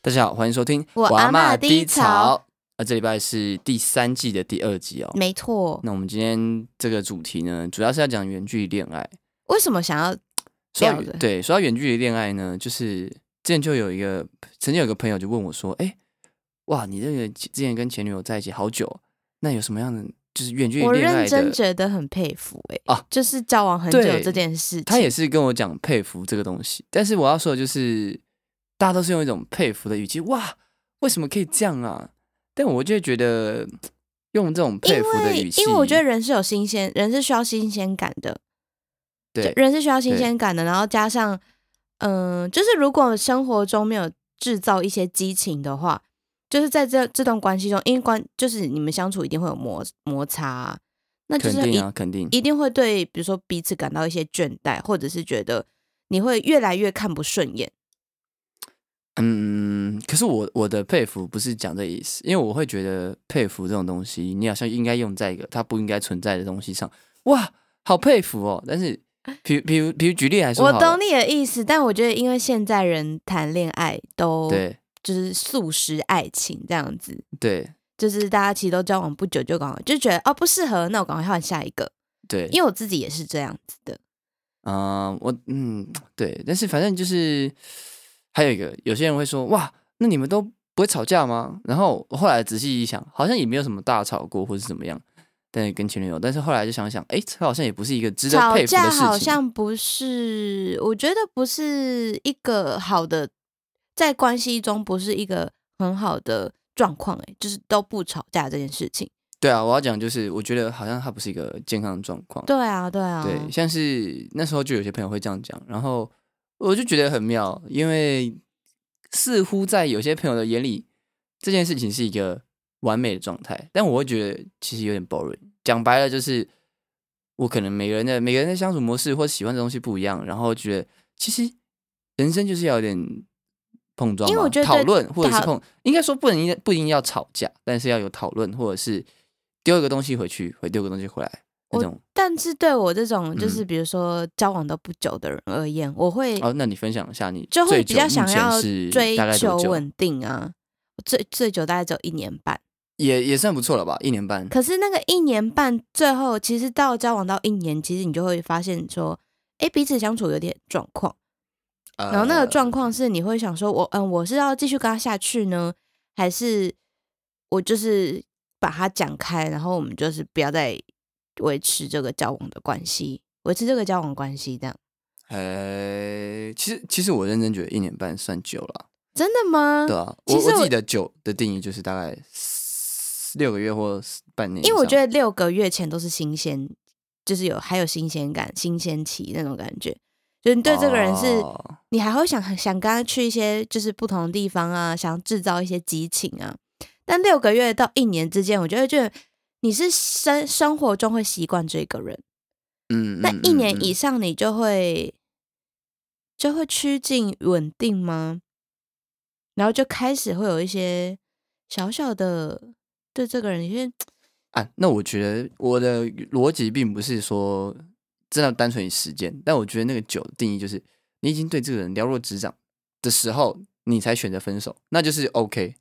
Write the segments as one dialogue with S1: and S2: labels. S1: 大家好，欢迎收听
S2: 我阿嬷低潮。
S1: 啊，这礼拜是第三季的第二集哦。
S2: 没错。
S1: 那我们今天这个主题呢，主要是要讲远距离恋爱。
S2: 为什么想要
S1: 说到
S2: 聊的
S1: 对，说到远距离恋爱呢，就是之前就有一个曾经有个朋友就问我说：“哎、哇，你这个之前跟前女友在一起好久，那有什么样的就是远距离
S2: 我
S1: 恋
S2: 认
S1: 爱
S2: 真
S1: 的
S2: 觉得很佩服哎、
S1: 啊
S2: 就是交往很久
S1: 对
S2: 这件事情，
S1: 他也是跟我讲佩服这个东西，但是我要说的就是，大家都是用一种佩服的语气，哇，为什么可以这样啊？但我就会觉得嗯用这种佩
S2: 因
S1: 服的
S2: 为
S1: 语气，
S2: 因为我觉得人是有新鲜，人是需要新鲜感的，就
S1: 对
S2: 人是需要新鲜感的，然后加上嗯、就是如果生活中没有制造一些激情的话，就是在这这段关系中，因为关就是你们相处一定会有摩摩擦啊、那就
S1: 肯
S2: 是一
S1: 定啊，肯定，
S2: 一定会对，比如说彼此感到一些倦怠，或者是觉得你会越来越看不顺眼。
S1: 嗯。可是我我的佩服不是讲这意思，因为我会觉得佩服这种东西，你好像应该用在一个它不应该存在的东西上，哇，好佩服哦。但是，比如比如比如举例来说
S2: 我
S1: 好了，
S2: 懂你的意思，但我觉得因为现在人谈恋爱都
S1: 对
S2: 就是素食爱情这样子，
S1: 对
S2: 就是大家其实都交往不久就赶快就觉得哦不适合，那我赶快换下一个。
S1: 对，
S2: 因为我自己也是这样子的，
S1: 啊、我嗯，对，但是反正就是还有一个，有些人会说哇，那你们都不会吵架吗？然后我后来仔细一想，好像也没有什么大吵过，或是怎么样，但是跟前女友，但是后来就想想，哎，这好像也不是一个值得
S2: 吵
S1: 佩服
S2: 架
S1: 的事情。
S2: 好像不是，我觉得不是一个好的，在关系中不是一个很好的状况，哎，就是都不吵架这件事情。
S1: 对啊，我要讲就是，我觉得好像它不是一个健康的状况。
S2: 对啊，对啊，
S1: 哦对，像是那时候就有些朋友会这样讲，然后我就觉得很妙，因为似乎在有些朋友的眼里，这件事情是一个完美的状态，但我会觉得其实有点 boring。讲白了就是，我可能每个人的每个人的相处模式或喜欢的东西不一样，然后觉得其实人生就是要有点碰撞吧，
S2: 因为我觉得
S1: 讨论或者是
S2: 讨
S1: 碰，应该说不能不一定要吵架，但是要有讨论或者是丢一个东西回去，回丢一个东西回来那
S2: 我
S1: 种。
S2: 但是对我这种就是
S1: 嗯
S2: 比如说交往都不久的人而言，我会
S1: 哦，那你分享一下你
S2: 就
S1: 最
S2: 会比
S1: 久
S2: 较
S1: 目
S2: 想
S1: 前
S2: 要
S1: 是
S2: 追
S1: 大概
S2: 求
S1: 多久？
S2: 稳定啊。最最久大概只有一年半，
S1: 也也算不错了吧，一年半。
S2: 可是那个一年半最后，其实到交往到一年，其实你就会发现说，哎，彼此相处有点状况。然后那个
S1: 呃
S2: 状况是，你会想说我，嗯，我是要继续跟他下去呢，还是我就是把它讲开，然后我们就是不要再维持这个交往的关系，维持这个交往关系这样？
S1: 呃，其实其实我认真觉得一年半算久了，
S2: 真的吗？
S1: 对啊，
S2: 嗯其
S1: 我
S2: 实
S1: 我自
S2: 我
S1: 己的久的定义就是大概四六个月或四半年以上，
S2: 因为我觉得六个月前都是新鲜，就是有还有新鲜感、新鲜期那种感觉，就是你对这个人是，
S1: 哦
S2: 你还会想想跟他去一些就是不同的地方啊，想制造一些激情啊。但六个月到一年之间，我就会觉得你是生生活中会习惯这个人，
S1: 嗯，
S2: 那
S1: 嗯
S2: 一
S1: 嗯
S2: 年
S1: 嗯
S2: 以上你就会就会趋近稳定吗？然后就开始会有一些小小的对这个人有些
S1: 啊，那我觉得我的逻辑并不是说真的单纯以时间，但我觉得那个久的定义就是你已经对这个人了若指掌的时候，你才选择分手，那就是 OK。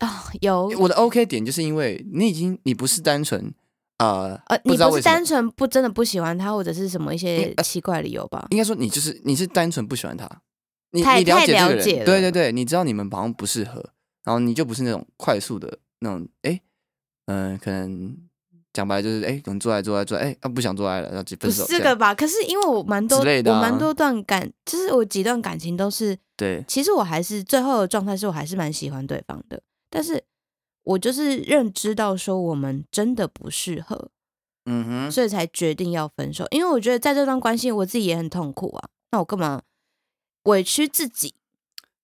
S2: 啊、有
S1: 我的 OK 点就是因为你已经你不是单纯呃
S2: 嗯呃，
S1: 不
S2: 你
S1: 知道
S2: 不
S1: 为
S2: 是
S1: 什么呃
S2: 单，纯不真的不喜欢他，或者是什么一些奇怪理由吧？
S1: 应该说你就是你是单纯不喜欢他，你
S2: 太
S1: 你了解这
S2: 太
S1: 个
S2: 了
S1: 人，
S2: 解了
S1: 对对对，你知道你们好像不适合，然后你就不是那种快速的那种，哎，嗯、可能讲白了就是哎，可能做爱做爱做爱，哎，啊不想做爱了，然后就
S2: 不
S1: 分手，
S2: 是这
S1: 这
S2: 个
S1: 样
S2: 吧？可是因为我蛮多，
S1: 之类的啊
S2: 我蛮多段感，就是我几段感情都是，
S1: 对，
S2: 其实我还是最后的状态是我还是蛮喜欢对方的，但是我就是认知到说我们真的不适合，
S1: 嗯哼，
S2: 所以才决定要分手。因为我觉得在这段关系我自己也很痛苦啊，那我干嘛委屈自己？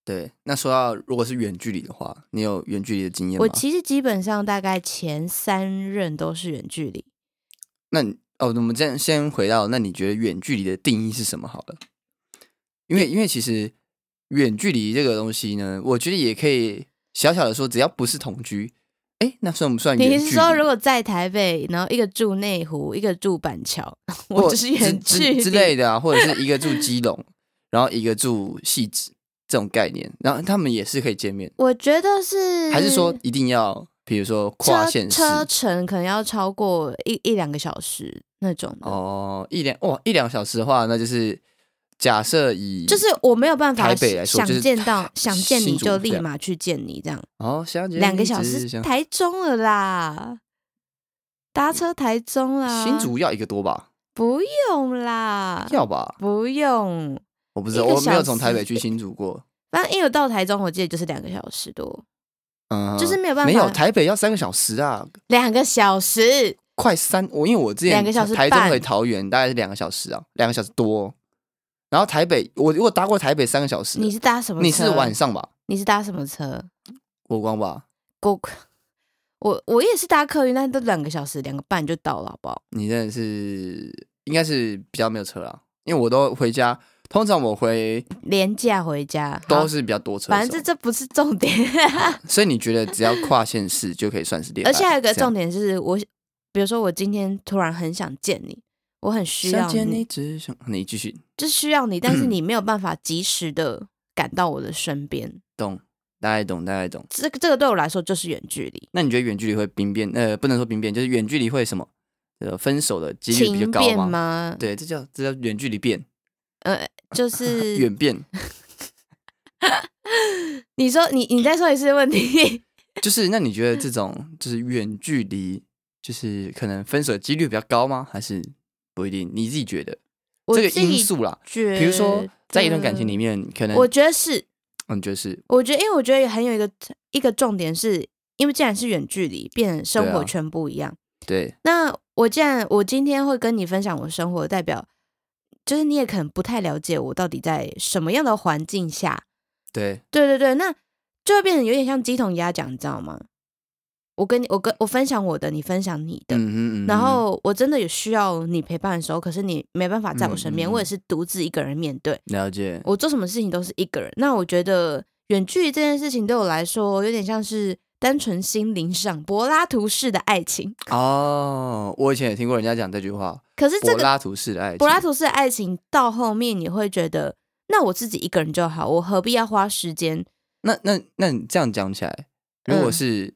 S1: 对。那说到如果是远距离的话，你有远距离的经验吗
S2: 我？其实基本上大概前三任都是远距离。
S1: 那你哦，那我们这样先回到，那你觉得远距离的定义是什么好了？因为因为其实远距离这个东西呢，我觉得也可以小小的说，只要不是同居，哎，那算不算远距
S2: 你
S1: 离？
S2: 是说，如果在台北，然后一个住内湖，一个住板桥，
S1: 或
S2: 我就是远
S1: 之
S2: 距
S1: 之之
S2: 离
S1: 类的啊，或者是一个住基隆，然后一个住汐止，这种概念，然后他们也是可以见面，
S2: 我觉得是
S1: 还是说一定要比如说跨
S2: 嗯车
S1: 县市
S2: 车程可能要超过一一两个小时那种的。
S1: 哦，一两哇一两小时的话，那就是假设以
S2: 就是我没有办法
S1: 台北来说
S2: 想
S1: 就是
S2: 见到想见你
S1: 新竹
S2: 就
S1: 这
S2: 立
S1: 样
S2: 马去见你这样，
S1: 哦，想姐
S2: 两个
S1: 你
S2: 小
S1: 只
S2: 时
S1: 是想
S2: 台中了啦，搭车台中啦，
S1: 新竹要一个多吧？
S2: 不用啦，
S1: 要吧？
S2: 不用，
S1: 我不知
S2: 啊
S1: 道，
S2: 一个
S1: 我没有
S2: 小
S1: 从台北
S2: 时
S1: 去新竹过。
S2: 反正一有到台中，我记得就是两个小时多，
S1: 嗯，
S2: 就是没有办法，
S1: 没有台北要三个小时啊，
S2: 两个小时，
S1: 快三。我因为我之前
S2: 两个小时
S1: 台中
S2: 半
S1: 回桃园大概是两个小时啊，两个小时多哦。然后台北，我如果搭过台北三个小时的，
S2: 你是搭什么车？
S1: 你是晚上吧？
S2: 你是搭什么车？
S1: 国光吧？
S2: 我 我我也是搭客运，但是都两个小时，两个半就到了，好不好？
S1: 你真的是应该是比较没有车啊，因为我都回家，通常我回
S2: 廉价回家
S1: 都
S2: 好
S1: 是比哦较多车的时候，
S2: 反正这这不是重点，
S1: 所以你觉得只要跨县市就可以算 是恋爱？
S2: 而且还有一个重
S1: 点，
S2: 点是我，比如说我今天突然很想见你，我很需要
S1: 想见
S2: 你
S1: 你，嗯只想你继续
S2: 就需要你，但是你没有办法及时的赶到我的身边，
S1: 懂，大概懂，大概懂。
S2: 这个这个对我来说就是远距离，
S1: 那你觉得远距离会兵变？呃，不能说兵变，就是远距离会什么？呃，分手的几率比较
S2: 情
S1: 高
S2: 变
S1: 吗？
S2: 吗？
S1: 对，这叫这叫远距离变，
S2: 呃，就是
S1: 远变，
S2: 你说你你再说一次问题，
S1: 就是那你觉得这种就是远距离，就是可能分手的几率比较高吗？还是不一定？你自己觉得
S2: 我
S1: 这个
S2: 自
S1: 因
S2: 己
S1: 素啦，
S2: 觉
S1: 比如说在一段感情
S2: 得
S1: 里，面，可能
S2: 我觉得是，
S1: 嗯，就是
S2: 我觉得因为我觉得也很有一个一个重点是。因为既然是远距离，变成生
S1: 对啊
S2: 活圈不一样，
S1: 对，
S2: 那我既然我今天会跟你分享我生活，代表就是你也可能不太了解我到底在什么样的环境下。
S1: 对，
S2: 对对对，那就会变成有点像鸡同鸭讲，你知道吗？我跟你，我跟我分享我的，你分享你的。
S1: 嗯嗯嗯，
S2: 然后我真的有需要你陪伴的时候，可是你没办法在我身
S1: 嗯
S2: 边，
S1: 嗯嗯
S2: 我也是独自一个人面对。
S1: 了解，
S2: 我做什么事情都是一个人。那我觉得远距离这件事情对我来说，有点像是单纯心灵上柏拉图式的爱情。
S1: 哦，我以前也听过人家讲这句话，
S2: 可是
S1: 柏
S2: 这个
S1: 拉图式的爱情。
S2: 柏拉图式的爱情到后面，你会觉得，那我自己一个人就好，我何必要花时间？
S1: 那那那你这样讲起来，如果
S2: 嗯
S1: 是、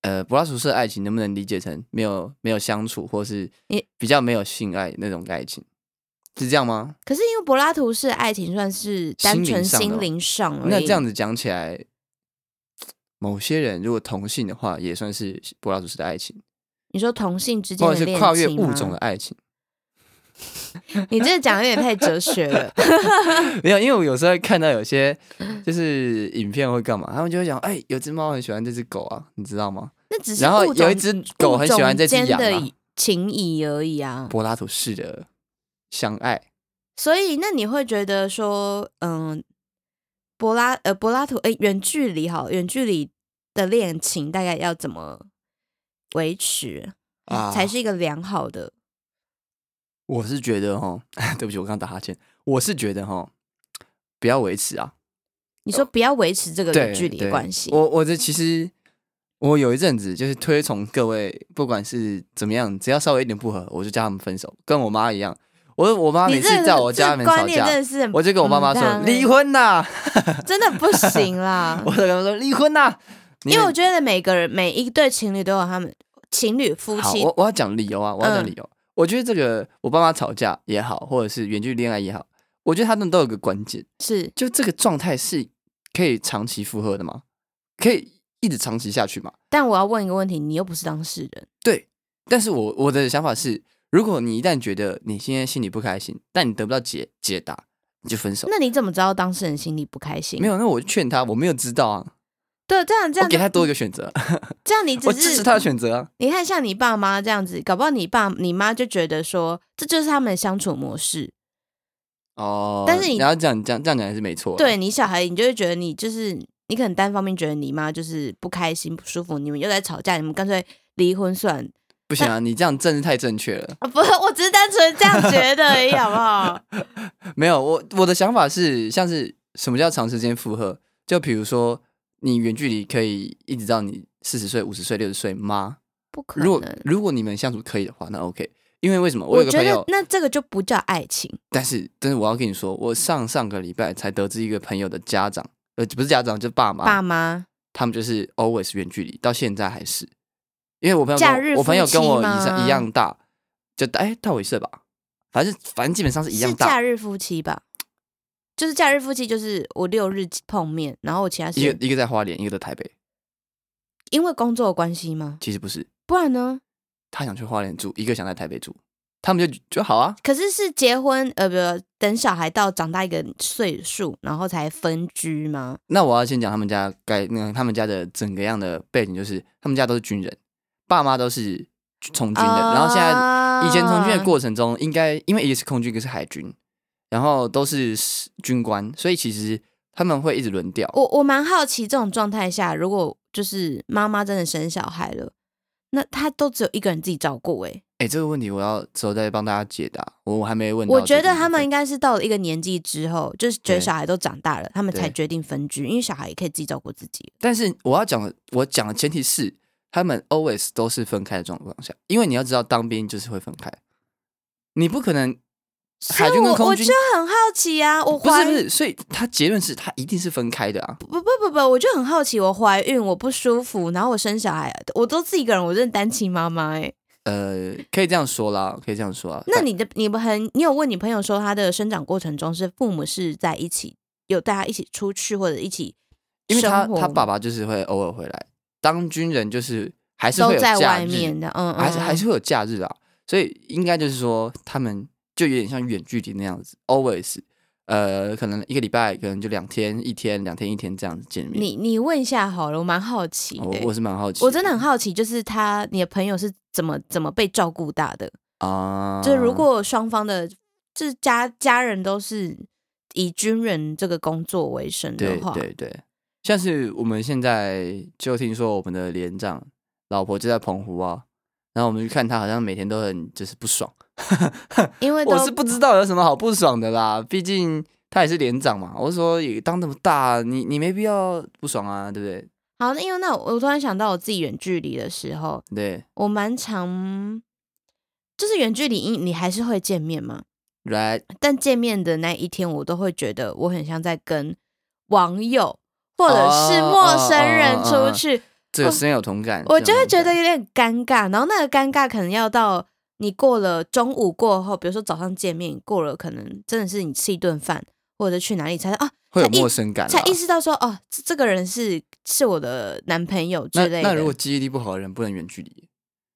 S1: 呃柏拉图式的爱情，能不能理解成没有没有相处，或是
S2: 你
S1: 比较没有性爱那种爱情，是这样吗？
S2: 可是因为柏拉图式的爱情算是单纯心
S1: 心
S2: 灵
S1: 灵哦
S2: 上而已，
S1: 那这样子讲起来，某些人如果同性的话，也算是柏拉图式的爱情，
S2: 你说同性之间
S1: 或
S2: 的
S1: 者
S2: 恋
S1: 是
S2: 情
S1: 跨越物种的
S2: 吗
S1: 爱 情。
S2: 你这讲得有点太哲学了。
S1: 没有，因为我有时候会看到有 些就是影片会干嘛，他们就会讲，哎、有只猫很喜欢这只狗啊，你知道吗？
S2: 那只是
S1: 然后
S2: 物种
S1: 有一只狗很喜欢这只
S2: 物
S1: 羊、
S2: 种间
S1: 啊
S2: 的，情谊而已啊。
S1: 柏拉图式的相爱。
S2: 所以，那你会觉得说，嗯，柏拉呃柏拉图诶，远距离好了，远距离的恋情大概要怎么维持？
S1: 啊
S2: 才是一个良好的
S1: 我是觉得哈， 对不起，我刚打哈欠。我是觉得哈，不要维持啊，
S2: 你说不要维持这个
S1: 对
S2: 远距离的
S1: 对
S2: 关系，
S1: 我我这其实我有一阵子就是推崇各位，不管是怎么样，只要稍微一点不合，我就叫他们分手，跟我妈一样。我我妈每
S2: 你
S1: 次
S2: 这个
S1: 在我家
S2: 这
S1: 里面
S2: 观
S1: 吵
S2: 念真
S1: 架，
S2: 的是很
S1: 我就跟我妈妈
S2: 很欸大
S1: 说
S2: 呢
S1: 离，婚呐、
S2: 真的不行啦
S1: 我。就跟她说离婚呐、你
S2: 因为
S1: 们
S2: 我觉得每个人每一对情侣都有他们情侣夫
S1: 好，
S2: 妻
S1: 我我要讲理由啊，我要讲
S2: 嗯
S1: 理由。我觉得这个我爸妈吵架也好，或者是远距离恋爱也好，我觉得他们都有个关键。
S2: 是
S1: 就这个状态是可以长期负荷的吗？可以一直长期下去吗？
S2: 但我要问一个问题，你又不是当事人，
S1: 对，但是我我的想法是，如果你一旦觉得你现在心里不开心，但你得不到解解答，你就分手。
S2: 那你怎么知道当事人心里不开心？
S1: 没
S2: 有，
S1: 有，那我就劝他，我没有知道啊，
S2: 对，这样这
S1: 我
S2: 样
S1: 给他多一个选择，
S2: 这样你
S1: 我
S2: 只
S1: 支
S2: 是
S1: 持他的选择啊。
S2: 你看像你爸妈这样子，搞不好你爸你妈就觉得说这就是他们的相处模式，
S1: 哦，
S2: 但是你
S1: 然后这样这样这样讲也是没错。啊
S2: 对，你小孩，你就会觉得你就是你可能单方面觉得你妈就是不开心不舒服，你们又在吵架，你们干脆离婚算了
S1: 不行啊，你这样政治太正确了。
S2: 啊！不， 我只是单纯这样觉得而已，好不好？
S1: 没有，我我的想法是，像是什么叫长时间负荷？就比如说，你远距离可以一直到你四十岁、五十岁、六十岁吗？
S2: 不可
S1: 如果
S2: 能，
S1: 如果你们相处可以的话，那 OK。因为为什么？我
S2: 我
S1: 有个
S2: 觉
S1: 朋
S2: 得
S1: 友，
S2: 那这个就不叫爱情，
S1: 但是但是我要跟你说，我上上个礼拜才得知一个朋友的家长，呃，不是家长，就是爸妈，
S2: 爸妈
S1: 他们就是 always 远距离，到现在还是。因为我朋友跟
S2: 假
S1: 我
S2: 日
S1: 我朋友跟我
S2: 夫妻
S1: 一
S2: 吗
S1: 样一样大，就哎大我一岁吧，反正反正基本上是一样
S2: 是
S1: 大
S2: 假，日夫妻吧？就是假日夫妻，就是我六日碰面，然后我其他时
S1: 一
S2: 间
S1: 个一个在花莲，一个在台北。
S2: 因为工作的关系吗？
S1: 其实不是，
S2: 不然呢？
S1: 他想去花莲住，一个想在台北住，他们就就好啊。
S2: 可是是结婚呃，不等小孩到长大一个岁数，然后才分居吗？
S1: 那我要先讲他们家该那个他们家的整个样的背景，就是他们家都是军人，爸妈都是从军的，
S2: 啊
S1: 然后现在以前从军的过程中，应该因为一个是空军，一个是海军，然后都是军官，所以其实他们会一直轮调。
S2: 我我蛮好奇，这种状态下，如果就是妈妈真的生小孩了，那她都只有一个人自己照顾、欸，
S1: 哎、这个问题我要之后再帮大家解答，我我还没问到这
S2: 我
S1: 个部分。
S2: 觉得他们应该是到了一个年纪之后，就是觉得
S1: 对
S2: 小孩都长大了，他们才
S1: 对
S2: 决定分居，因为小孩也可以自己照顾自己。
S1: 但是我要讲的，我讲的前提是他们 always 都是分开的状况下，因为你要知道，当兵就是会分开，你不可能海军
S2: 所以
S1: 跟
S2: 我
S1: 空
S2: 我
S1: 军
S2: 就很好奇啊，我
S1: 不是
S2: 怀
S1: 不是，所以他结论是他一定是分开的啊。
S2: 不不不不，我就很好奇，我怀孕我不舒服，然后我生小孩，我都自己一个人，我真的单亲妈妈哎、
S1: 呃，可以这样说啦，可以这样说啊。
S2: 那你的你们很，你有问你朋友说他的生长过程中是父母是在一起，有带他一起出去或者一起
S1: 因为他
S2: 生活
S1: 他爸爸就是会偶尔回来，当军人就是还是会
S2: 都
S1: 有
S2: 在
S1: 假
S2: 外
S1: 日，
S2: 面的，嗯嗯，
S1: 还是还是会有假日啊，所以应该就是说他们就有点像远距离那样子，always，呃，可能一个礼拜可能就两天一天两天一天这样子见面。
S2: 嗯你你问一下好了，我蛮好奇的
S1: 哦我
S2: 欸、
S1: 我是蛮好奇，
S2: 我真的很好奇，就是他你的朋友是怎么怎么被照顾大的？
S1: 啊，
S2: 就是如果双方的，就是家家人都是以军人这个工作为生
S1: 对
S2: 的话，
S1: 对对，像是我们现在就听说我们的连长老婆就在澎湖啊，然后我们就看他好像每天都很就是不爽，
S2: 因为
S1: 我
S2: 都
S1: 是不知道有什么好不爽的啦，毕竟他也是连长嘛。我是说也当那么大，你你没必要不爽啊，对不对？
S2: 好，那因为那我我突然想到我自己远距离的时候，
S1: 对
S2: 我蛮常就是远距离，你你还是会见面嘛，
S1: ，right，
S2: 但见面的那一天，我都会觉得我很像在跟网友或者是
S1: 哦
S2: 陌
S1: 哦
S2: 生
S1: 哦
S2: 人
S1: 哦哦
S2: 出去。
S1: 这个
S2: 我
S1: 深有同感。
S2: 我
S1: 深
S2: 就
S1: 有
S2: 会
S1: 同
S2: 觉得
S1: 感
S2: 有点尴尬，然后那个尴尬可能要到你过了中午过后，比如说早上见面过了，可能真的是你吃一顿饭或者去哪里才啊
S1: 会有
S2: 才一
S1: 陌生感啦
S2: 才意识到说哦，这这个人是是我的男朋友之
S1: 那
S2: 类的。
S1: 那如果记忆力不好的人不能远距离，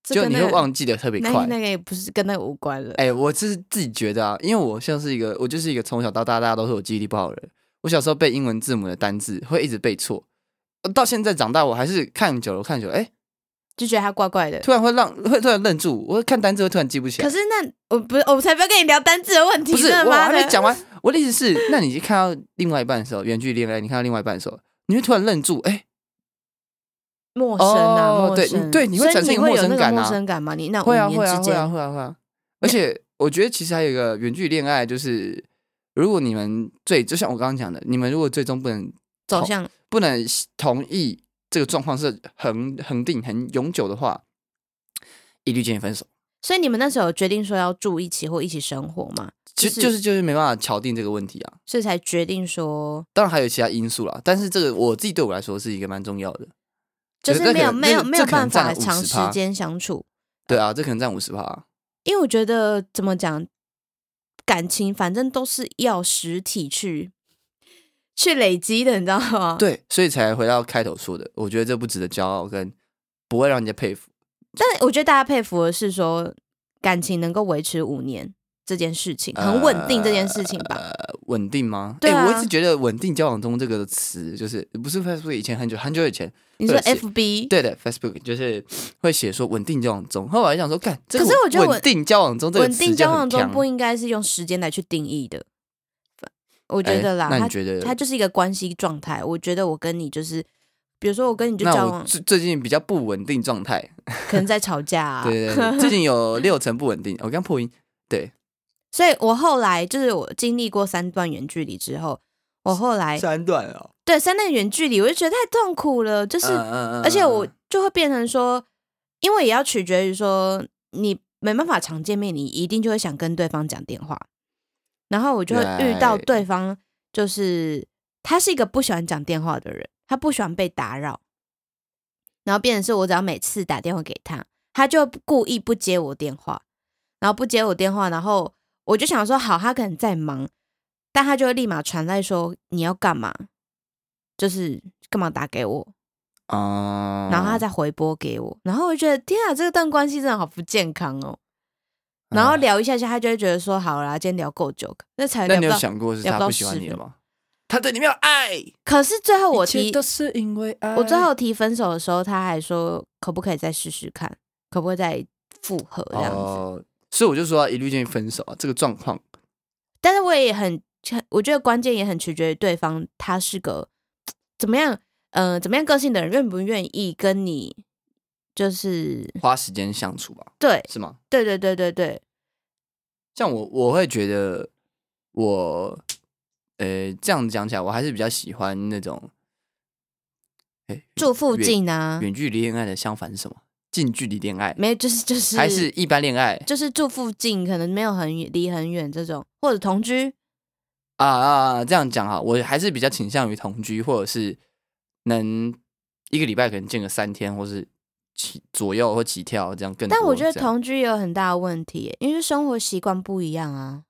S2: 这
S1: 就
S2: 跟
S1: 你
S2: 那
S1: 会
S2: 个
S1: 忘记的特别
S2: 那
S1: 快。
S2: 那个也不是跟那个无关了。
S1: 哎、我这是自己觉得啊，因为我像是一个，我就是一个从小到大大家都说我记忆力不好的人。我小时候背英文字母的单字会一直背错，呃到现在长大我还是看久了看久了，哎、
S2: 就觉得他怪怪的。
S1: 突然会让会突然愣住，我看单字会突然记不起来。
S2: 可是那我不是，我才不要跟你聊单字的问题，
S1: 不是
S2: 真的
S1: 我
S2: 妈
S1: 还
S2: 的
S1: 没讲完，我的意思是，那你看到另外一半的时候，远距离恋爱，你看到另外一半的时候，你会突然愣住，哎、
S2: 陌生啊，
S1: 哦
S2: 陌
S1: 对
S2: 生，
S1: 对你会
S2: 所以
S1: 产生一个
S2: 会有
S1: 陌生
S2: 那
S1: 感啊
S2: 陌生感吗？你那五
S1: 会啊
S2: 年
S1: 会
S2: 之
S1: 啊会啊
S2: 间，
S1: 会啊会啊。而且我觉得其实还有一个远距离恋爱，就是如果你们最就像我刚刚讲的，你们如果最终不能
S2: 走
S1: 同
S2: 向
S1: 不能同意这个状况是恒恒定很永久的话，一律建议分手。
S2: 所以你们那时候有决定说要住一起或一起生活嘛？
S1: 其实
S2: 就是
S1: 就是就是没办法敲定这个问题啊，
S2: 所以才决定说，
S1: 当然还有其他因素啦，但是这个我自己对我来说是一个蛮重要的。
S2: 就
S1: 觉得
S2: 是没有
S1: 这可
S2: 没有
S1: 这
S2: 没有
S1: 这可能
S2: 办法
S1: 占了
S2: 长时
S1: 50%
S2: 间相处，
S1: 对啊，这可能占五十趴。
S2: 因为我觉得怎么讲，感情反正都是要实体去去累积的，你知道吗？，
S1: 对，所以才回到开头说的，我觉得这不值得骄傲，跟不会让人家佩服。
S2: 但我觉得大家佩服的是说，感情能够维持五年这件事情，很稳定这件事情吧。
S1: 呃，稳定吗？
S2: 对啊
S1: 诶我一直觉得“稳定交往中”这个词，就是不是 Facebook 以前很久很久以前，
S2: 你说
S1: 或者是
S2: FB，
S1: 呃对的，Facebook 就是会写说“稳定交往中”，后来想说，干，这个
S2: 可是我觉得稳
S1: 稳定交往中”这个
S2: 稳
S1: 词
S2: 定
S1: 就
S2: 交
S1: 很
S2: 往中
S1: 强
S2: 不应该是用时间来去定义的，我觉
S1: 诶
S2: 得啦，
S1: 哎那
S2: 它
S1: 你觉得？
S2: 它就是一个关系状态。我觉得我跟你就是，比如说我跟你就
S1: 那
S2: 交
S1: 我
S2: 往，
S1: 最最近比较不稳定状态，，
S2: 可能在吵架、啊
S1: 对对对，最近 有六成不稳定，我刚破音，对，
S2: 所以我后来就是我经历过三段远距离之后，我后来
S1: 三段哦，
S2: 对三段远距离，我就觉得太痛苦了，就是、
S1: 嗯嗯嗯
S2: 而且
S1: 嗯
S2: 我就会变成说，因为也要取决于说你没办法常见面，你一定就会想跟对方讲电话。然后我就会遇
S1: 对
S2: 到对方，就是他是一个不喜欢讲电话的人，他不喜欢被打扰。然后变成是我只要每次打电话给他，他就故意不接我电话，然后不接我电话，然后我就想说好，他可能在忙，但他就会立马传来说你要干嘛，就是干嘛打给我，
S1: 哦、
S2: 然后他再回拨给我，然后我就觉得天啊，这段关系真的好不健康哦。然后
S1: 哎
S2: 聊一下下，他就会觉得说好啦，今天聊够久了，那才
S1: 那
S2: 聊
S1: 你
S2: 不
S1: 有
S2: 到。
S1: 想过是
S2: 聊不
S1: 他
S2: 到
S1: 不喜欢
S2: 10
S1: 你的
S2: 分
S1: 吗？他对你没有爱，哦
S2: 可是最后我
S1: 一切
S2: 提
S1: 都是啊因为爱。
S2: 我最后提分手的时候，他还说可不可以再试试看，可不可以再复合这样子。
S1: 哦，所以我就说要一律建议分手啊，这个状况
S2: 但是我也很，很我觉得关键也很取决于对方他是个怎么样，呃，怎么样个性的人，愿不愿意跟你，就是
S1: 花时间相处吧，
S2: 对
S1: 是吗？
S2: 对对对对对，
S1: 像我，我会觉得我，呃，这样讲起来，我还是比较喜欢那种
S2: 住附
S1: 远
S2: 近啊，
S1: 远距离恋爱的。相反是什么？近距离恋爱，
S2: 没有就是就是
S1: 还是一般恋爱
S2: 就是住附近，可能没有很远，离很远这种，或者同居，
S1: 啊啊？这样讲哈，我还是比较倾向于同居，或者是能一个礼拜可能见个三天，或是起左右或起跳这样更多。
S2: 但我觉得
S1: 这样
S2: 同居也有很大的问题耶，因为生活习惯不一样啊。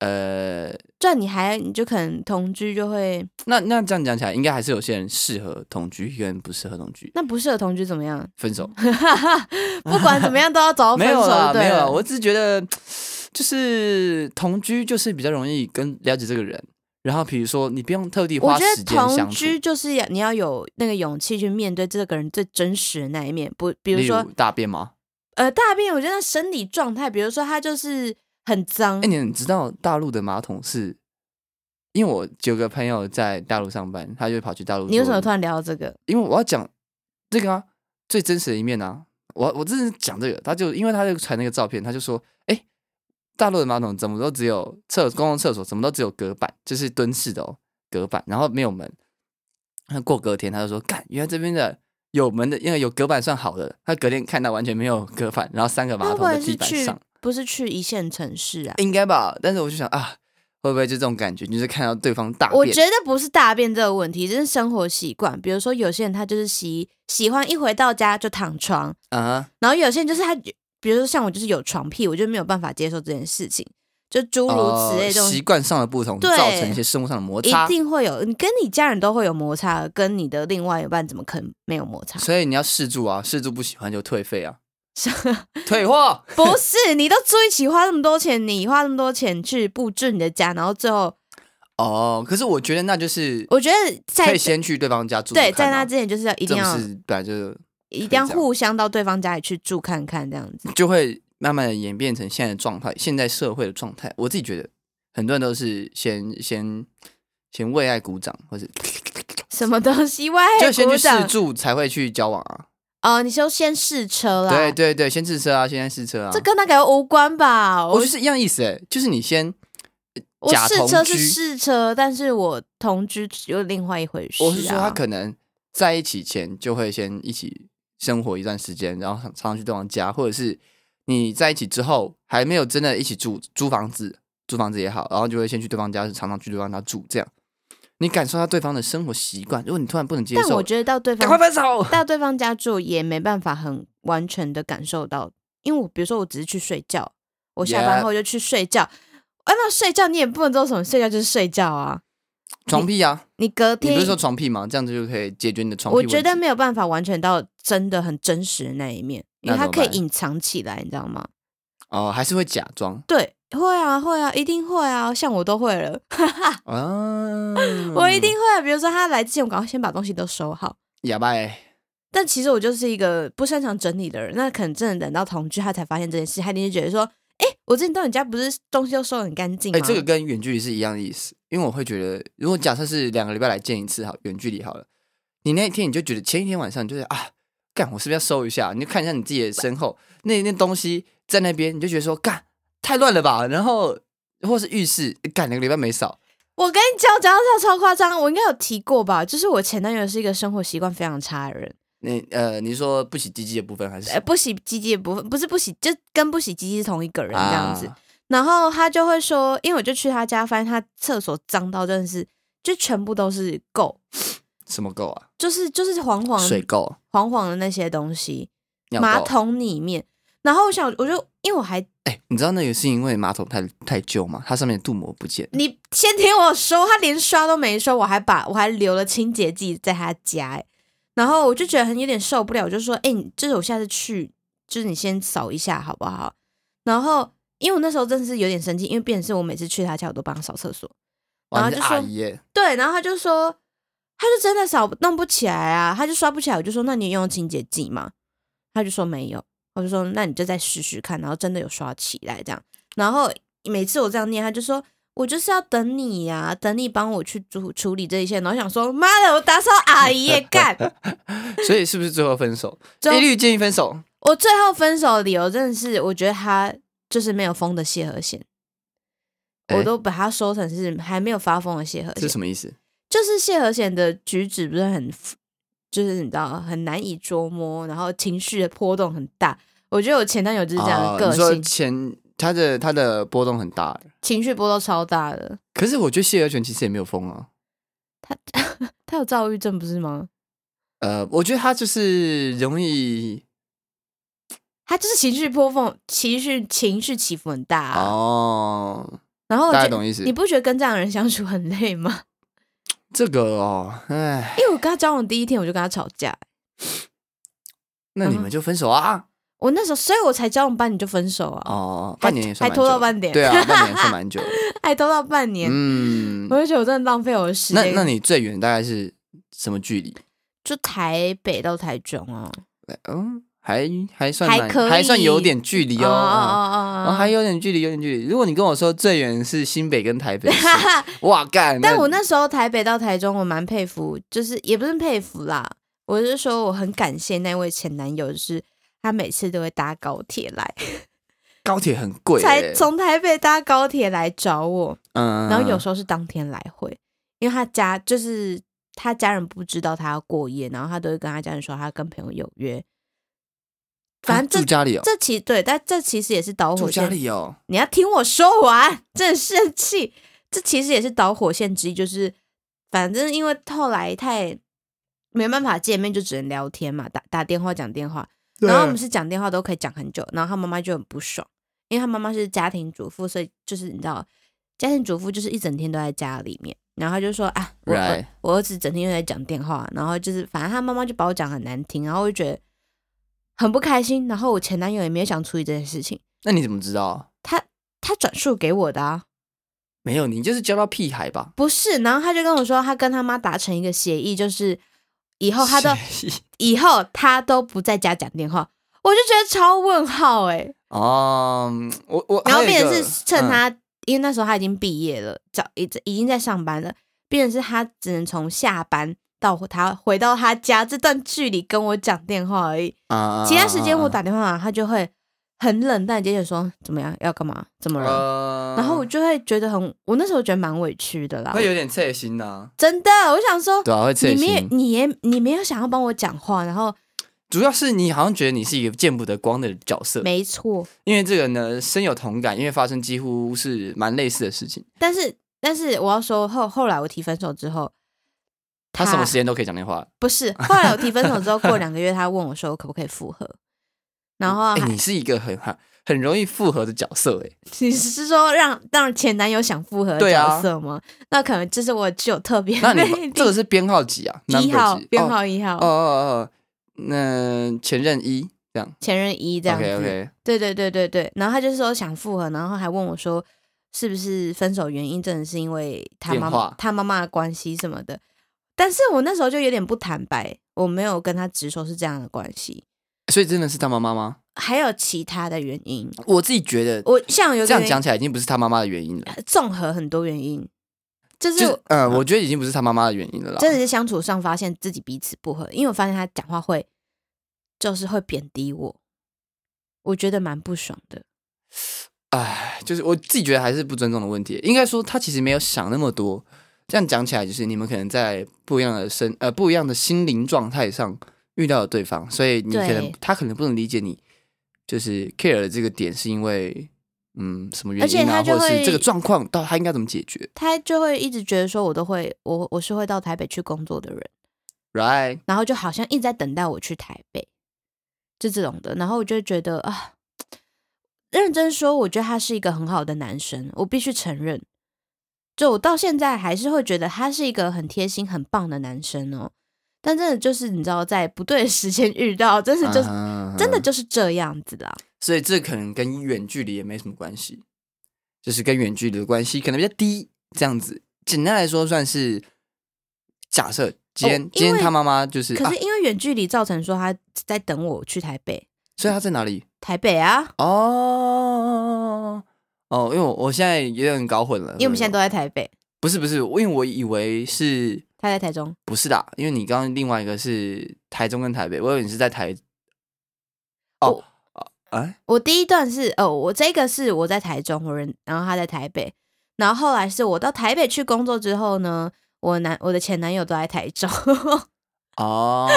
S1: 呃，
S2: 这样你还你就可能同居就会，
S1: 那那这样讲起来，应该还是有些人适合同居，有些人不适合同居，
S2: 那不适合同居怎么样？
S1: 分手。
S2: 不管怎么样都要找到哦分
S1: 没
S2: 手
S1: 有啦，
S2: 就对
S1: 没有啦，
S2: 了。
S1: 我只是觉得就是同居就是比较容易跟了解这个人，然后比如说你不用特地
S2: 我
S1: 花
S2: 觉得
S1: 时间
S2: 同
S1: 相处，
S2: 居就是要你要有那个勇气去面对这个人最真实的那一面，不，比如
S1: 例
S2: 说
S1: 如大便吗？
S2: 呃大便，我觉得那生理状态，比如说他就是很脏
S1: 哎、，你你知道大陆的马桶是？因为我有个朋友在大陆上班，他就跑去大陆。
S2: 你为什么突然聊到这个？
S1: 因为我要讲这个啊，最真实的一面啊。我我真的讲这个，他就因为他就传那个照片，他就说，哎、大陆的马桶怎么都只有厕公共厕所怎么都只有隔板，就是蹲式的哦，隔板，然后没有门。那过隔天他就说，干，原来这边的有门的，因为有隔板算好的。他隔天看到完全没有隔板，然后三个马
S2: 会
S1: 桶
S2: 不
S1: 在
S2: 会
S1: 地
S2: 是
S1: 板
S2: 去
S1: 上，
S2: 不是去一线城市啊？
S1: 应该吧？但是我就想啊，会不会就这种感觉，就是看到对方大
S2: 我
S1: 便
S2: 觉，得不是大便这个问题，这是生活习惯。比如说有些人他就是喜喜欢一回到家就躺床，
S1: 啊
S2: 然后有些人就是他，比如说像我就是有床屁，我就没有办法接受这件事情，就诸
S1: 哈，
S2: 如此类
S1: 呃
S2: 这种
S1: 习惯上的不同，
S2: 对
S1: 造成一些生活上的摩擦
S2: 一。定会有，你跟你家人都会有摩擦，跟你的另外一半怎么可能没有摩擦？
S1: 所以你要试住啊，试住不喜欢就退费啊，退货。
S2: 不是，你都住一起花那么多钱，你花那么多钱去布置你的家，然后最后，
S1: 哦，可是我觉得那就是
S2: 我觉得在
S1: 可以先去对方家住住看啊、
S2: 对在那之前就是要一
S1: 这
S2: 定
S1: 种
S2: 要
S1: 事本来就
S2: 一
S1: 可以
S2: 定要
S1: 这样
S2: 互相到对方家里去住看看这样子。
S1: 就会慢慢的演变成现在的状态，现在社会的状态。我自己觉得很多人都是先先先为爱鼓掌，或是
S2: 什么东西？喂，
S1: 就先去
S2: 鼓掌
S1: 试住才会去交往啊。
S2: 哦，你说先试车啦？
S1: 对对对，先试车啊，现在试车啊。
S2: 这跟那个无关吧？
S1: 我
S2: 我
S1: 就是一样意思、欸，就是你先呃
S2: 我
S1: 假
S2: 试
S1: 同
S2: 车是
S1: 居
S2: 试车，但是我同居有另外一回事、啊。
S1: 我是说，他可能在一起前就会先一起生活一段时间，然后常常去对方家，或者是你在一起之后还没有真的一起住租房子，租房子也好，然后就会先去对方家，常常去对方家住，这样你感受到对方的生活习惯。如果你突然不能接
S2: 但
S1: 受
S2: 我，觉得到对
S1: 赶快
S2: 方
S1: 分手。
S2: 到对方家住也没办法很完全的感受到，因为我比如说我只是去睡觉，我下
S1: Yeah
S2: 班后就去睡觉。要不要睡觉？你也不能做什么，睡觉就是睡觉啊。
S1: 床屁啊！
S2: 你隔
S1: 你
S2: 天
S1: 不是说床屁吗？这样子就可以解决你的床屁
S2: 我
S1: 问题。
S2: 觉得没有办法完全到真的很真实的那一面，因为
S1: 那
S2: 它
S1: 怎么
S2: 可以
S1: 办
S2: 隐藏起来，你知道吗？
S1: 哦，还是会假装
S2: 对，会啊，会啊，一定会啊，像我都会了，，
S1: 啊
S2: 我一定会。比如说他来之前，我赶快先把东西都收好。
S1: 哑巴欸。
S2: 但其实我就是一个不擅长整理的人，那可能真的等到同居，他才发现这件事，他一定就觉得说，哎、我之前到你家不是东西都收得很干净吗？
S1: 哎、这个跟远距离是一样的意思，因为我会觉得，如果假设是两个礼拜来见一次好，远距离好了，你那一天你就觉得前一天晚上你就是啊，干我是不是要收一下？你就看一下你自己的身后那那东西在那边，你就觉得说干太乱了吧，然后或是浴室干两个礼拜没扫，
S2: 我跟你讲，我讲到这超夸张，我应该有提过吧？就是我前男友是一个生活习惯非常差的人，
S1: 你呃，你是说不洗鸡鸡的部分还是
S2: 呃，不洗鸡鸡的部分不是不洗，就跟不洗鸡鸡是同一呃个人这样子。
S1: 啊
S2: 然后他就会说，因为我就去他家，发现他厕所脏到真的是，就全部都是垢，
S1: 什么垢啊？
S2: 就是就是黄黄
S1: 水垢、
S2: 黄黄的那些东西，
S1: 尿
S2: 哦马
S1: 垢。
S2: 桶里面。然后我想，我就因为我还
S1: 哎、你知道那个是因为马桶太太旧嘛，它上面的镀膜不见了。
S2: 你先听我说，他连刷都没刷，我还把我还留了清洁剂在他家、欸，然后我就觉得很有点受不了，我就说，哎、你就是我下次去，就是你先扫一下好不好？然后因为我那时候真的是有点生气，因为变成是我每次去他家，我都帮他扫厕所，然
S1: 哇，
S2: 后
S1: 你是
S2: 啊就说
S1: 阿姨耶，
S2: 对，然后他就说，他就真的扫不弄不起来啊，他就刷不起来，我就说，那你有用清洁剂吗？他就说没有，我就说那你就再试试看，然后真的有刷起来这样，然后每次我这样念，他就说。我就是要等你呀、等你帮我去处处理这一切。然后想说，妈的，我打扫阿姨也 干。
S1: 所以是不是最后分手？
S2: 最后
S1: 一律建议分手。
S2: 我最后分手的理由真的是，我觉得他就是没有封的谢和弦，
S1: 哎
S2: 我都把它说成是还没有发疯的谢和
S1: 这
S2: 弦
S1: 是。什么意思？
S2: 就是谢和弦的举止不是很，就是你知道很难以捉摸，然后情绪的波动很大。我觉得我前男友就是这样的
S1: 哦
S2: 个
S1: 你说
S2: 性，
S1: 前他的他的波动很大，
S2: 情绪波动超大的。
S1: 可是我觉得谢和弦其实也没有疯啊。
S2: 他有躁郁症不是吗？
S1: 呃，我觉得他就是容易
S2: 他就是情绪波动，情绪情绪起伏很大、啊。
S1: 哦，
S2: 然后我
S1: 大
S2: 觉
S1: 家
S2: 得
S1: 懂意思
S2: 你。不觉得跟这样的人相处很累吗？
S1: 这个哦，哎，
S2: 因为我跟他交往第一天我就跟他吵架，
S1: 那
S2: 嗯
S1: 你们就分手啊？
S2: 我那时候所以我才交往半年就分手啊，
S1: 哦，
S2: 还
S1: 半年也算
S2: 还
S1: 蛮
S2: 拖
S1: 久
S2: 到
S1: 的
S2: 半年，
S1: 对啊，半年也算蛮久的。
S2: 还拖到半年，
S1: 嗯
S2: 我，就觉得我真的浪费我的时
S1: 那
S2: 间。
S1: 那你最远大概是什么距离？
S2: 就台北到台中啊，
S1: 嗯，还还算
S2: 还
S1: 蛮
S2: 可
S1: 还算有
S2: 以
S1: 点距离
S2: 哦
S1: 哦。
S2: 哦
S1: 啊
S2: 哦
S1: 哦，还有点距离，有点距离。如果你跟我说最远是新北跟台北 市，哇干！
S2: 但我那时候台北到台中，我蛮佩服，就是也不是佩服啦，我是说我很感谢那位前男友，就是他每次都会搭高铁来，
S1: 高铁很贵欸，
S2: 才从台北搭高铁来找我，
S1: 嗯，
S2: 然后有
S1: 嗯
S2: 时候是当天来回，因为他家就是他家人不知道他要过夜，然后他都会跟他家人说他跟朋友有约，反正
S1: 啊住
S2: 这。
S1: 家里哦，
S2: 这其对，但这其实也是导
S1: 住
S2: 火
S1: 家
S2: 线
S1: 里哦，
S2: 你要听我说完，真生气。这其实也是导火线之一，就是反正因为后来太没办法见面，就只能聊天嘛，打打电话讲电话。然后我们是讲电话都可以讲很久，然后他妈妈就很不爽，因为他妈妈是家庭主妇，所以就是你知道，家庭主妇就是一整天都在家里面，然后他就说啊，我儿
S1: Right
S2: 我儿子整天又在讲电话，然后就是反正他妈妈就把我讲很难听，然后我就觉得很不开心，然后我前男友也没有想处理这件事情。
S1: 那你怎么知道？
S2: 他转述给我的啊，
S1: 没有，你就是交到屁孩吧？
S2: 不是。然后他就跟我说，他跟他妈达成一个协议，就是以后哦他都
S1: 谁
S2: 以后他都不在家讲电话，我就觉得超问号哎、
S1: 哦，嗯我我
S2: 然后
S1: 还有一
S2: 变成
S1: 个
S2: 是趁
S1: 嗯
S2: 他，因为那时候他已经毕业了，早已已经在上班了，变成是他只能从下班到他回到他家这段距离跟我讲电话而已。
S1: 啊
S2: 其他时间我，
S1: 啊
S2: 打电话，他就会很冷淡地接着说怎么样，要干嘛，怎么
S1: 啊啊
S2: 了？
S1: 呃
S2: 然后我就会觉得很，我那时候觉得蛮委屈的啦。
S1: 会有点刺心呐，
S2: 真的，我想说，
S1: 对啊，会刺
S2: 你没有
S1: 心，。
S2: 你也你没有想要帮我讲话，然后
S1: 主要是你好像觉得你是一个见不得光的角色，
S2: 没错，
S1: 因为这个呢深有同感，因为发生几乎是蛮类似的事情。
S2: 但是但是我要说后后来我提分手之后，
S1: 他什么时间都可以讲电话。
S2: 不是后来我提分手之后，过两个月他问我说我可不可以复合，然后
S1: 哎、
S2: 还、
S1: 你是一个很很很容易复合的角色、哎，
S2: 你是说让让前男友想复合的
S1: 对啊
S2: 角色吗？那可能就是我具有特别
S1: 那
S2: 魅
S1: 你
S2: 力。
S1: 这个是编号几啊？
S2: 一
S1: number
S2: 号
S1: 几
S2: 编号一号、
S1: 哦哦哦哦，那前任一这样
S2: 前任一这样子
S1: o k OK，
S2: 对对对对对，然后他就说想复合，然后还问我说是不是分手原因真的是因为他
S1: 电
S2: 妈
S1: 话
S2: 他妈妈的关系什么的，但是我那时候就有点不坦白，我没有跟他直说是这样的关系，
S1: 所以真的是他妈妈吗？
S2: 还有其他的原因，
S1: 我自己觉得
S2: 我像有一
S1: 这样
S2: 个原因
S1: 讲起来已经不是他妈妈的原因了，
S2: 综合很多原因，就是啊
S1: 就是呃，我觉得已经不是他妈妈的原因了啦。
S2: 真的是相处上发现自己彼此不合，因为我发现他讲话会就是会贬低我，我觉得蛮不爽的。
S1: 哎，就是我自己觉得还是不尊重的问题。应该说他其实没有想那么多。这样讲起来，就是你们可能在不一样的身呃不一样的心灵状态上遇到了对方，所以你可能
S2: 对
S1: 他可能不能理解你，就是 care 的这个点是因为嗯什么原
S2: 而且
S1: 因啊，
S2: 他就
S1: 或者是
S2: 会
S1: 这个状况到底他应该怎么解决
S2: 他就会一直觉得说，我都会，我我是会到台北去工作的人，
S1: ，right？
S2: 然后就好像一直在等待我去台北，就这种的。然后我就会觉得啊，认真说，我觉得他是一个很好的男生，我必须承认。就我到现在还是会觉得他是一个很贴心、很棒的男生哦。但真的就是你知道，在不对的时间遇到，真的就是、
S1: 啊
S2: 真的就是这样子啦。
S1: 所以这可能跟远距离也没什么关系，就是跟远距离的关系可能比较低，这样子。简单来说，算是假设今天、
S2: 哦因为
S1: 今天他妈妈就是
S2: 可
S1: 啊
S2: 是，因为远距离造成说他在等我去台北，
S1: 所以他在哪里？
S2: 台北啊，
S1: 哦哦，因为我我现在有点搞混了，
S2: 因为我们现在都在台北，
S1: 不是不是，我因为我以为是
S2: 他在台中。
S1: 不是的？因为你刚刚另外一个是台中跟台北，我以为你是在台。哦
S2: 我
S1: 哦哎
S2: 我第一段是哦，我这个是我在台中，我人，然后他在台北，然后后来是我到台北去工作之后呢，我男我的前男友都在台中，，
S1: 哦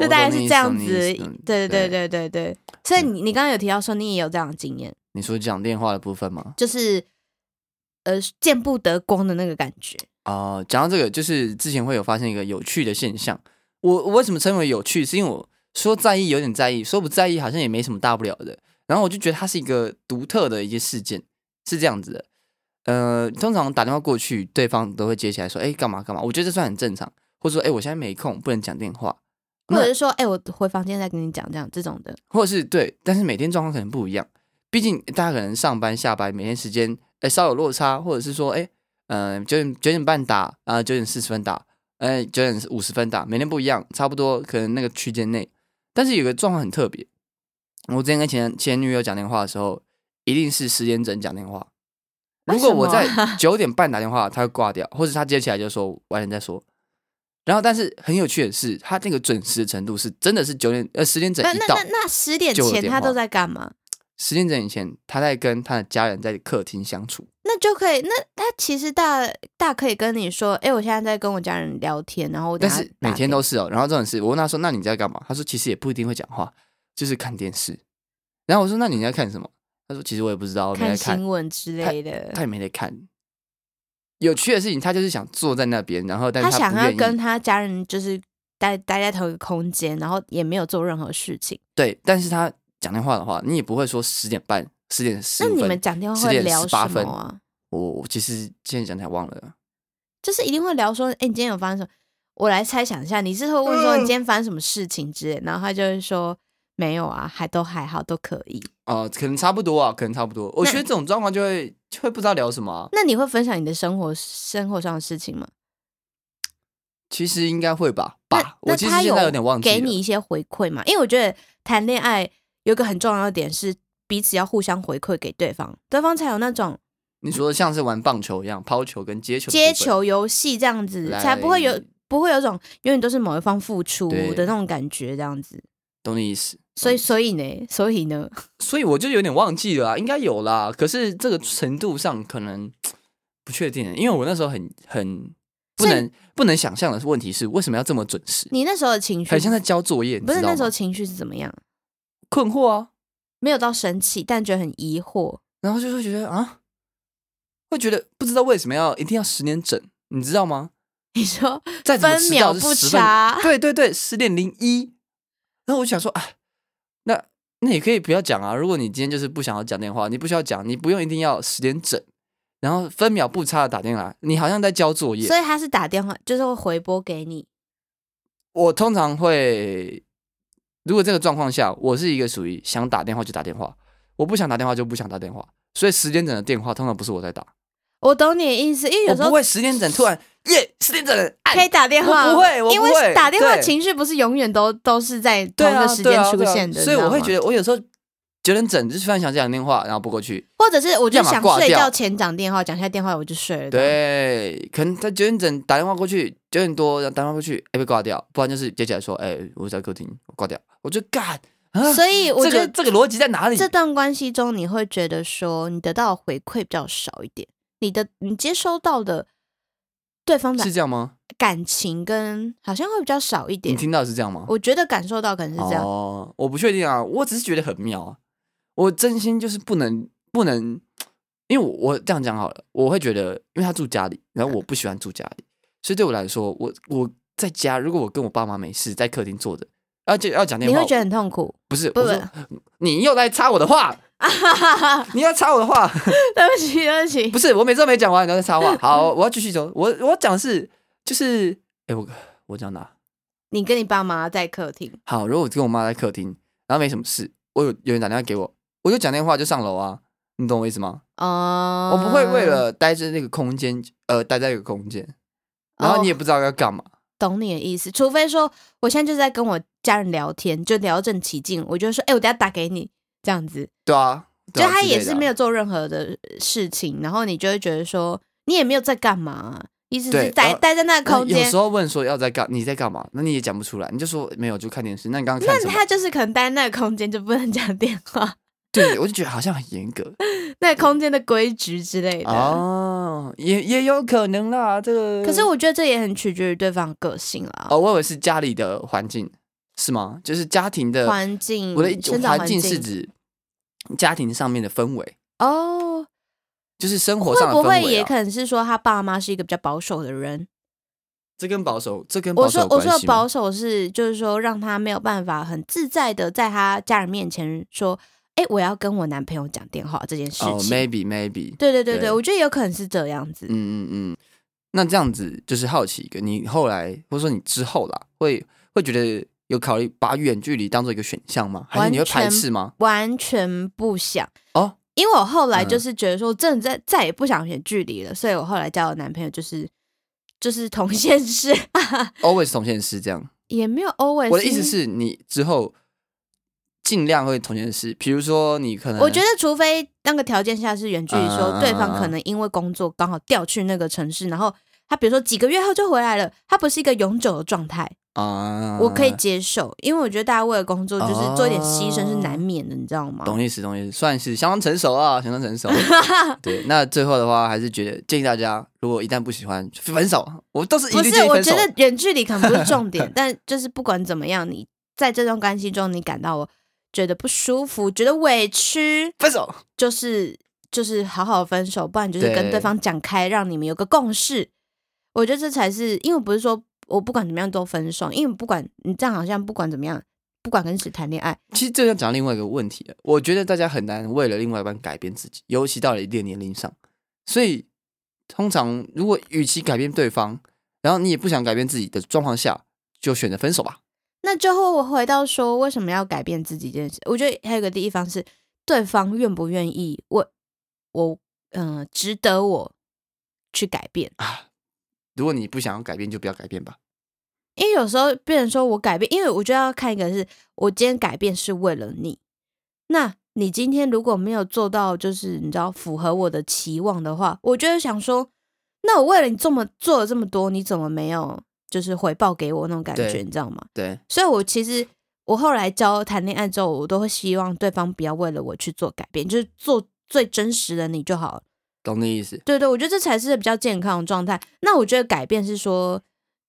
S2: 就大概是这样子。对
S1: 对嗯
S2: 对对对对，所以你你刚刚有提到说你也有这样的经验，
S1: 你说讲电话的部分吗？
S2: 就是呃见不得光的那个感觉，
S1: 哦、讲到这个，就是之前会有发现一个有趣的现象。我我为什么称为有趣，是因为我说在意有点在意，说不在意好像也没什么大不了的。然后我就觉得它是一个独特的一些事件，是这样子的。呃，通常打电话过去，对方都会接起来说：“哎、干嘛干嘛？”我觉得这算很正常，或者说：“哎、我现在没空，不能讲电话。”
S2: 或者是说哎、我回房间再跟你讲这样这种的，
S1: 或者是对，但是每天状况可能不一样，毕竟大家可能上班下班每天时间哎稍有落差，或者是说哎嗯九点九点半打啊九、点四十分打，哎九点五十分打，每天不一样，差不多可能那个区间内，但是有个状况很特别，我之前跟前前女友讲电话的时候，一定是十点整讲电话。
S2: 为
S1: 如果
S2: 什
S1: 我
S2: 么
S1: 在
S2: 啊
S1: 九点半打电话，他会挂掉，或者他接起来就说晚点再说。然后，但是很有趣的是，他那个准时的程度是真的是九点呃十点整
S2: 那
S1: 一
S2: 那
S1: 到
S2: 那，那十点
S1: 就有
S2: 前
S1: 电
S2: 他都
S1: 话
S2: 在干嘛？
S1: 十点整以前，他在跟他的家人在客厅相处。
S2: 那就可以，那他其实大大可以跟你说，哎、我现在在跟我家人聊天，然后我等
S1: 但
S2: 下
S1: 是每
S2: 打
S1: 天
S2: 给
S1: 都
S2: 你
S1: 是哦。然后这种事，我问他说：“那你在干嘛？”他说：“其实也不一定会讲话，就是看电视。”然后我说：“那你在看什么？”他说：“其实我也不知道，我没
S2: 看
S1: 在看
S2: 新，闻之类的。
S1: 他也没在看。”有趣的事情，他就是想坐在那边，然后但是他
S2: 想
S1: 不
S2: 要
S1: 愿意
S2: 跟他家人就是待待在同一个空间，然后也没有做任何事情。
S1: 对，但是他讲电话的话，你也不会说十点半、十点十
S2: 那
S1: 五
S2: 你们
S1: 分。
S2: 讲电话
S1: 10
S2: 会
S1: 点
S2: 聊
S1: 18
S2: 什
S1: 分
S2: 么啊？
S1: 我我其实现在讲起来忘了，
S2: 就是一定会聊说，哎、你今天有发生什么？我来猜想一下，你是会问
S1: 嗯
S2: 说你今天发生什么事情之类，然后他就会说没有啊，还都还好，都可以。
S1: 哦、可能差不多啊，可能差不多。我觉得这种状况就会就会不知道聊什么啊、
S2: 那你会分享你的生活生活上的事情吗？
S1: 其实应该会吧，
S2: 那
S1: 吧。
S2: 那
S1: 啊我其实
S2: 他
S1: 现在有点忘记了。
S2: 给你一些回馈嘛，因为我觉得谈恋爱有一个很重要的点是彼此要互相回馈给对方，对方才有那种
S1: 你说像是玩棒球一样，抛球跟接球的部
S2: 接
S1: 分，
S2: 球游戏这样子，
S1: 来
S2: 才不会有不会有种永远都是某一方付出
S1: 对嗯
S2: 的那种感觉这样子。
S1: 懂你意思。
S2: 所以，所以呢，所以 呢，
S1: 所以我就有点忘记了啊，应该有啦。可是这个程度上可能不确定，因为我那时候很很不
S2: 所以
S1: 能不能想象的问题是，为什么要这么准时？
S2: 你那时候的情绪
S1: 很像在交作业，你
S2: 不是
S1: 知道吗
S2: 那时候情绪是怎么样？
S1: 困惑啊，
S2: 没有到生气，但觉得很疑惑。
S1: 然后就会觉得啊，会觉得不知道为什么要一定要十点整，你知道吗？
S2: 你说
S1: 再怎么
S2: 分
S1: 迟
S2: 秒
S1: 到是
S2: 不
S1: 10分
S2: 差，
S1: 对对对，十点零一。然后我想说，啊，那那也可以不要讲啊。如果你今天就是不想要讲电话，你不需要讲，你不用一定要十点整，然后分秒不差的打电话来，你好像在交作业
S2: 所。以他是打电话，就是会回拨给你。
S1: 我通常会，如果这个状况下，我是一个属于想打电话就打电话，我不想打电话就不想打电话。所以十点整的电话通常不是我在打，
S2: 我懂你的意思，因为
S1: 我
S2: 有时
S1: 不
S2: 候
S1: 会十点整突然耶十点整了按
S2: 可以打电话，哦
S1: 我不会我不
S2: 因为
S1: 会
S2: 打电话
S1: 对
S2: 情绪不是永远都都是在同
S1: 对
S2: 一
S1: 啊
S2: 个时间出
S1: 对啊
S2: 现的，
S1: 对啊所以我会觉
S2: 得，
S1: 得我有时候九点整就是突然想讲电话，然后不过去，
S2: 或者是我就
S1: 要么
S2: 想
S1: 挂
S2: 睡
S1: 掉
S2: 觉前讲电话，讲下电话我就睡了。，
S1: 对，啊可能他九点整打电话过去，九点多然后打电话过去，哎、被挂掉，不然就是接起来说，哎、我在客厅，我挂掉，我就干啊，
S2: 所以我
S1: 这
S2: 觉
S1: 个
S2: 得
S1: 这个逻辑在哪里？
S2: 这段关系中，你会觉得说你得到的回馈比较少一点，你的你接收到的对方的
S1: 是这样吗？
S2: 感情跟好像会比较少一
S1: 你
S2: 点。
S1: 听到的是这样吗？
S2: 我觉得感受到可能是这样，
S1: 哦，我不确定啊，我只是觉得很妙啊。我真心就是不能不能，因为我我这样讲好了，我会觉得，因为他住家里，然后我不喜欢住家里，所以对我来说，我我在家，如果我跟我爸妈没事，在客厅坐着，而且要讲电
S2: 你
S1: 话，
S2: 会觉得很 痛苦。
S1: 不是？
S2: 不
S1: 我说你又来插我的 话，
S2: 对
S1: 你要插我的话，
S2: 不起，对不起，
S1: 不是我每次都没讲完，然后再插话。好，我要继续走，我我讲的是就是，哎、我我讲哪？
S2: 你跟你爸妈在客厅，
S1: 好，如果我跟我妈在客厅，然后没什么事，我有有人打电话给我，我就讲电话就上楼啊，你懂我意思吗？
S2: 哦、
S1: 我不会为了待在那个空间，呃，待在一个空间，然后你也
S2: 哦
S1: 不知道要干嘛。
S2: 懂你的意思，除非说我现在就是在跟我家人聊天，就聊正起劲，我就说，哎、我等下打给你，这样子，
S1: 对啊，
S2: 就
S1: 对啊
S2: 他
S1: 之
S2: 也
S1: 类的
S2: 是
S1: 啊
S2: 没有做任何的事情，然后你就会觉得说，你也没有在干嘛、意思
S1: 对
S2: 是待
S1: 呃
S2: 待在那个
S1: 那
S2: 空
S1: 有
S2: 间
S1: 时，候问说要在干，你在干嘛？那你也讲不出来，你就说没有，就看电视。那你刚刚看
S2: 那
S1: 什么？
S2: 他就是可能待在那个空间就不能讲电话，
S1: 对，我就觉得好像很严格
S2: 那个空间的规矩之类的。
S1: 哦，也也有可能啦。这个
S2: 可是我觉得这也很取决于对方的个性啦，
S1: 哦，我以为是家里的环境是吗？就是家庭的
S2: 环境
S1: 我的
S2: 嗯生长
S1: 环
S2: 环
S1: 境是
S2: 境
S1: 指家庭上面的氛围，
S2: 哦，
S1: 就是生活上
S2: 会
S1: 的
S2: 不
S1: 氛围、啊。
S2: 会也可能是说他爸妈是一个比较保守的人？
S1: 这跟保守，这跟保
S2: 我
S1: 守
S2: 说
S1: 有
S2: 我
S1: 关系
S2: 说的
S1: 吗哦
S2: 保守是，就是说让他没有办法很自在的在他家人面前说，哎、我要跟我男朋友讲电话这件事
S1: 哦、
S2: 情。
S1: m a y b e maybe，
S2: 对对对
S1: 对
S2: 对，我觉得有可能是这样子。
S1: 嗯嗯嗯。那这样子就是好奇一个，你后来或者说你之后啦，会会觉得有考虑把远距离当做一个选项吗？还是你会
S2: 完全
S1: 排斥吗？
S2: 完全不想
S1: 哦，
S2: 因为我后来
S1: 嗯
S2: 就是觉得说，我真的再再也不想远距离了，所以我后来交的男朋友就是就是同现实，
S1: always 同线是这样。
S2: 也没有 always。
S1: 我的意思，是你之后尽量会同线是，比如说你可能
S2: 我觉得除非那个条件下是远距离，
S1: 嗯嗯嗯嗯
S2: 说对
S1: 嗯
S2: 方
S1: 嗯
S2: 可能因为工作刚好调去那个城市，然后他比如说几个月后就回来了，他不是一个永久的状态，
S1: 啊，
S2: 我可以接受，因为我觉得大家为了工作就是做一点牺牲是
S1: 哦
S2: 难免的，你知道吗？
S1: 懂意思，懂意思，算是相当成熟啊，相当成熟。 对，那最后的话还是觉得建议大家，如果一旦不喜欢，分手。我都是一
S2: 不
S1: 律
S2: 是，
S1: 建议
S2: 我
S1: 分
S2: 觉
S1: 手。
S2: 得远距离可能不是 重点，但就是不管怎么样，你在这段关系中，你感到我觉得不舒服，觉得委屈，
S1: 分手。
S2: 就是就是好好分手，不然就是跟
S1: 对
S2: 对方讲开，让你们有个共识。我觉得这才是，因为不是说我不管怎么样都分手，因为不管你这样好像不管怎么样，不管跟谁谈恋爱，
S1: 其实这要讲另外一个问题了，我觉得大家很难为了另外一半改变自己，尤其到了一定年龄上。所以，通常如果与其改变对方，然后你也不想改变自己的状况下，就选择分手吧。
S2: 那最后我回到说，为什么要改变自己这件事？我觉得还有一个地方是，对方愿不愿意我我嗯、呃值得我去改变，
S1: 如果你不想要改变，就不要改变吧。
S2: 因为有时候别人说我改变，因为我就要看一个是我今天改变是为了你，那你今天如果没有做到，就是你知道符合我的期望的话，我就会想说，那我为了你这么做了这么多，你怎么没有就是回报给我那种感觉，
S1: 对
S2: 你知道吗？
S1: 对，
S2: 所以我其实我后来交谈恋爱之后，我都会希望对方不要为了我去做改变，就是做最真实的你就好了。
S1: 懂你意思。
S2: 对对，我觉得这才是比较健康的状态。那我觉得改变是说，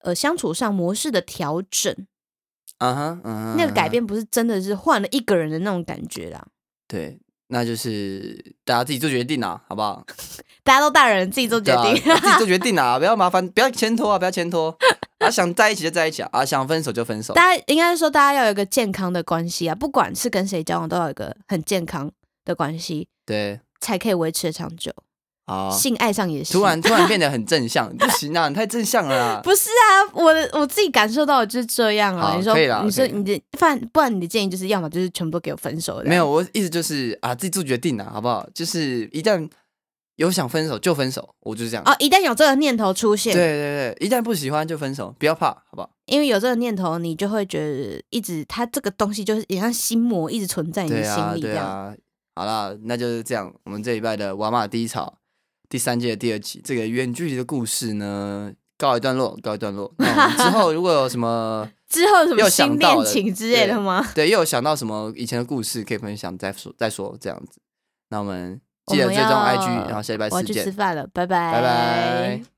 S2: 呃，相处上模式的调整，
S1: 嗯哼，嗯哼，
S2: 那个改变不是真的是换了一个人的那种感觉啦。
S1: 对，那就是大家自己做决定啦，好不好？
S2: 大家都大人，自己做决
S1: 对啊
S2: 定。
S1: 自己做决定啊，不要麻烦，不要牵拖啊，不要牵拖。 啊，想在一起就在一起啊，啊，想分手就分手。
S2: 大家应该是说，大家要有一个健康的关系啊，不管是跟谁交往，都要有一个很健康的关系，
S1: 对，
S2: 才可以维持得长久。
S1: 好。
S2: 性爱上也
S1: 哦
S2: 是。
S1: 突然突然变得很正向， 不行啊，你太正向了啦。
S2: 不是啊，我的我自己感受到的就是这样啊。
S1: 好
S2: 你说
S1: 可以啦，
S2: 你说
S1: 可以
S2: 你的，不然不然你的建议就是，要么就是全部都给我分手的。
S1: 没有，，我意思就是啊，自己做决定啊，好不好？就是一旦有想分手就分手，我就是这样。
S2: 哦，一旦有这个念头出
S1: 对
S2: 现，
S1: 对对，一旦不喜欢就分手，不要怕，好不好？
S2: 因为有这个念头，你就会觉得一直它这个东西就是也像心魔一直存在你的
S1: 对
S2: 心
S1: 啊，
S2: 里这
S1: 对
S2: 样。
S1: 啊。好啦，那就是这样。我们这一拜的《瓦玛低潮》第三季的第二集，这个远距离的故事呢，告一段落，告一段落。那我们之后如果有什 么
S2: 之后什
S1: 又
S2: 么
S1: 想
S2: 新
S1: 到
S2: 恋
S1: 了
S2: 情之类的吗？
S1: 对，又有想到什么以前的故事可以分享，再说再说这样子。那我们记得
S2: 我们
S1: 追踪
S2: 要
S1: IG，然后下礼拜
S2: 我要
S1: 四
S2: 去
S1: 见
S2: 吃，饭了，拜拜，
S1: 拜拜。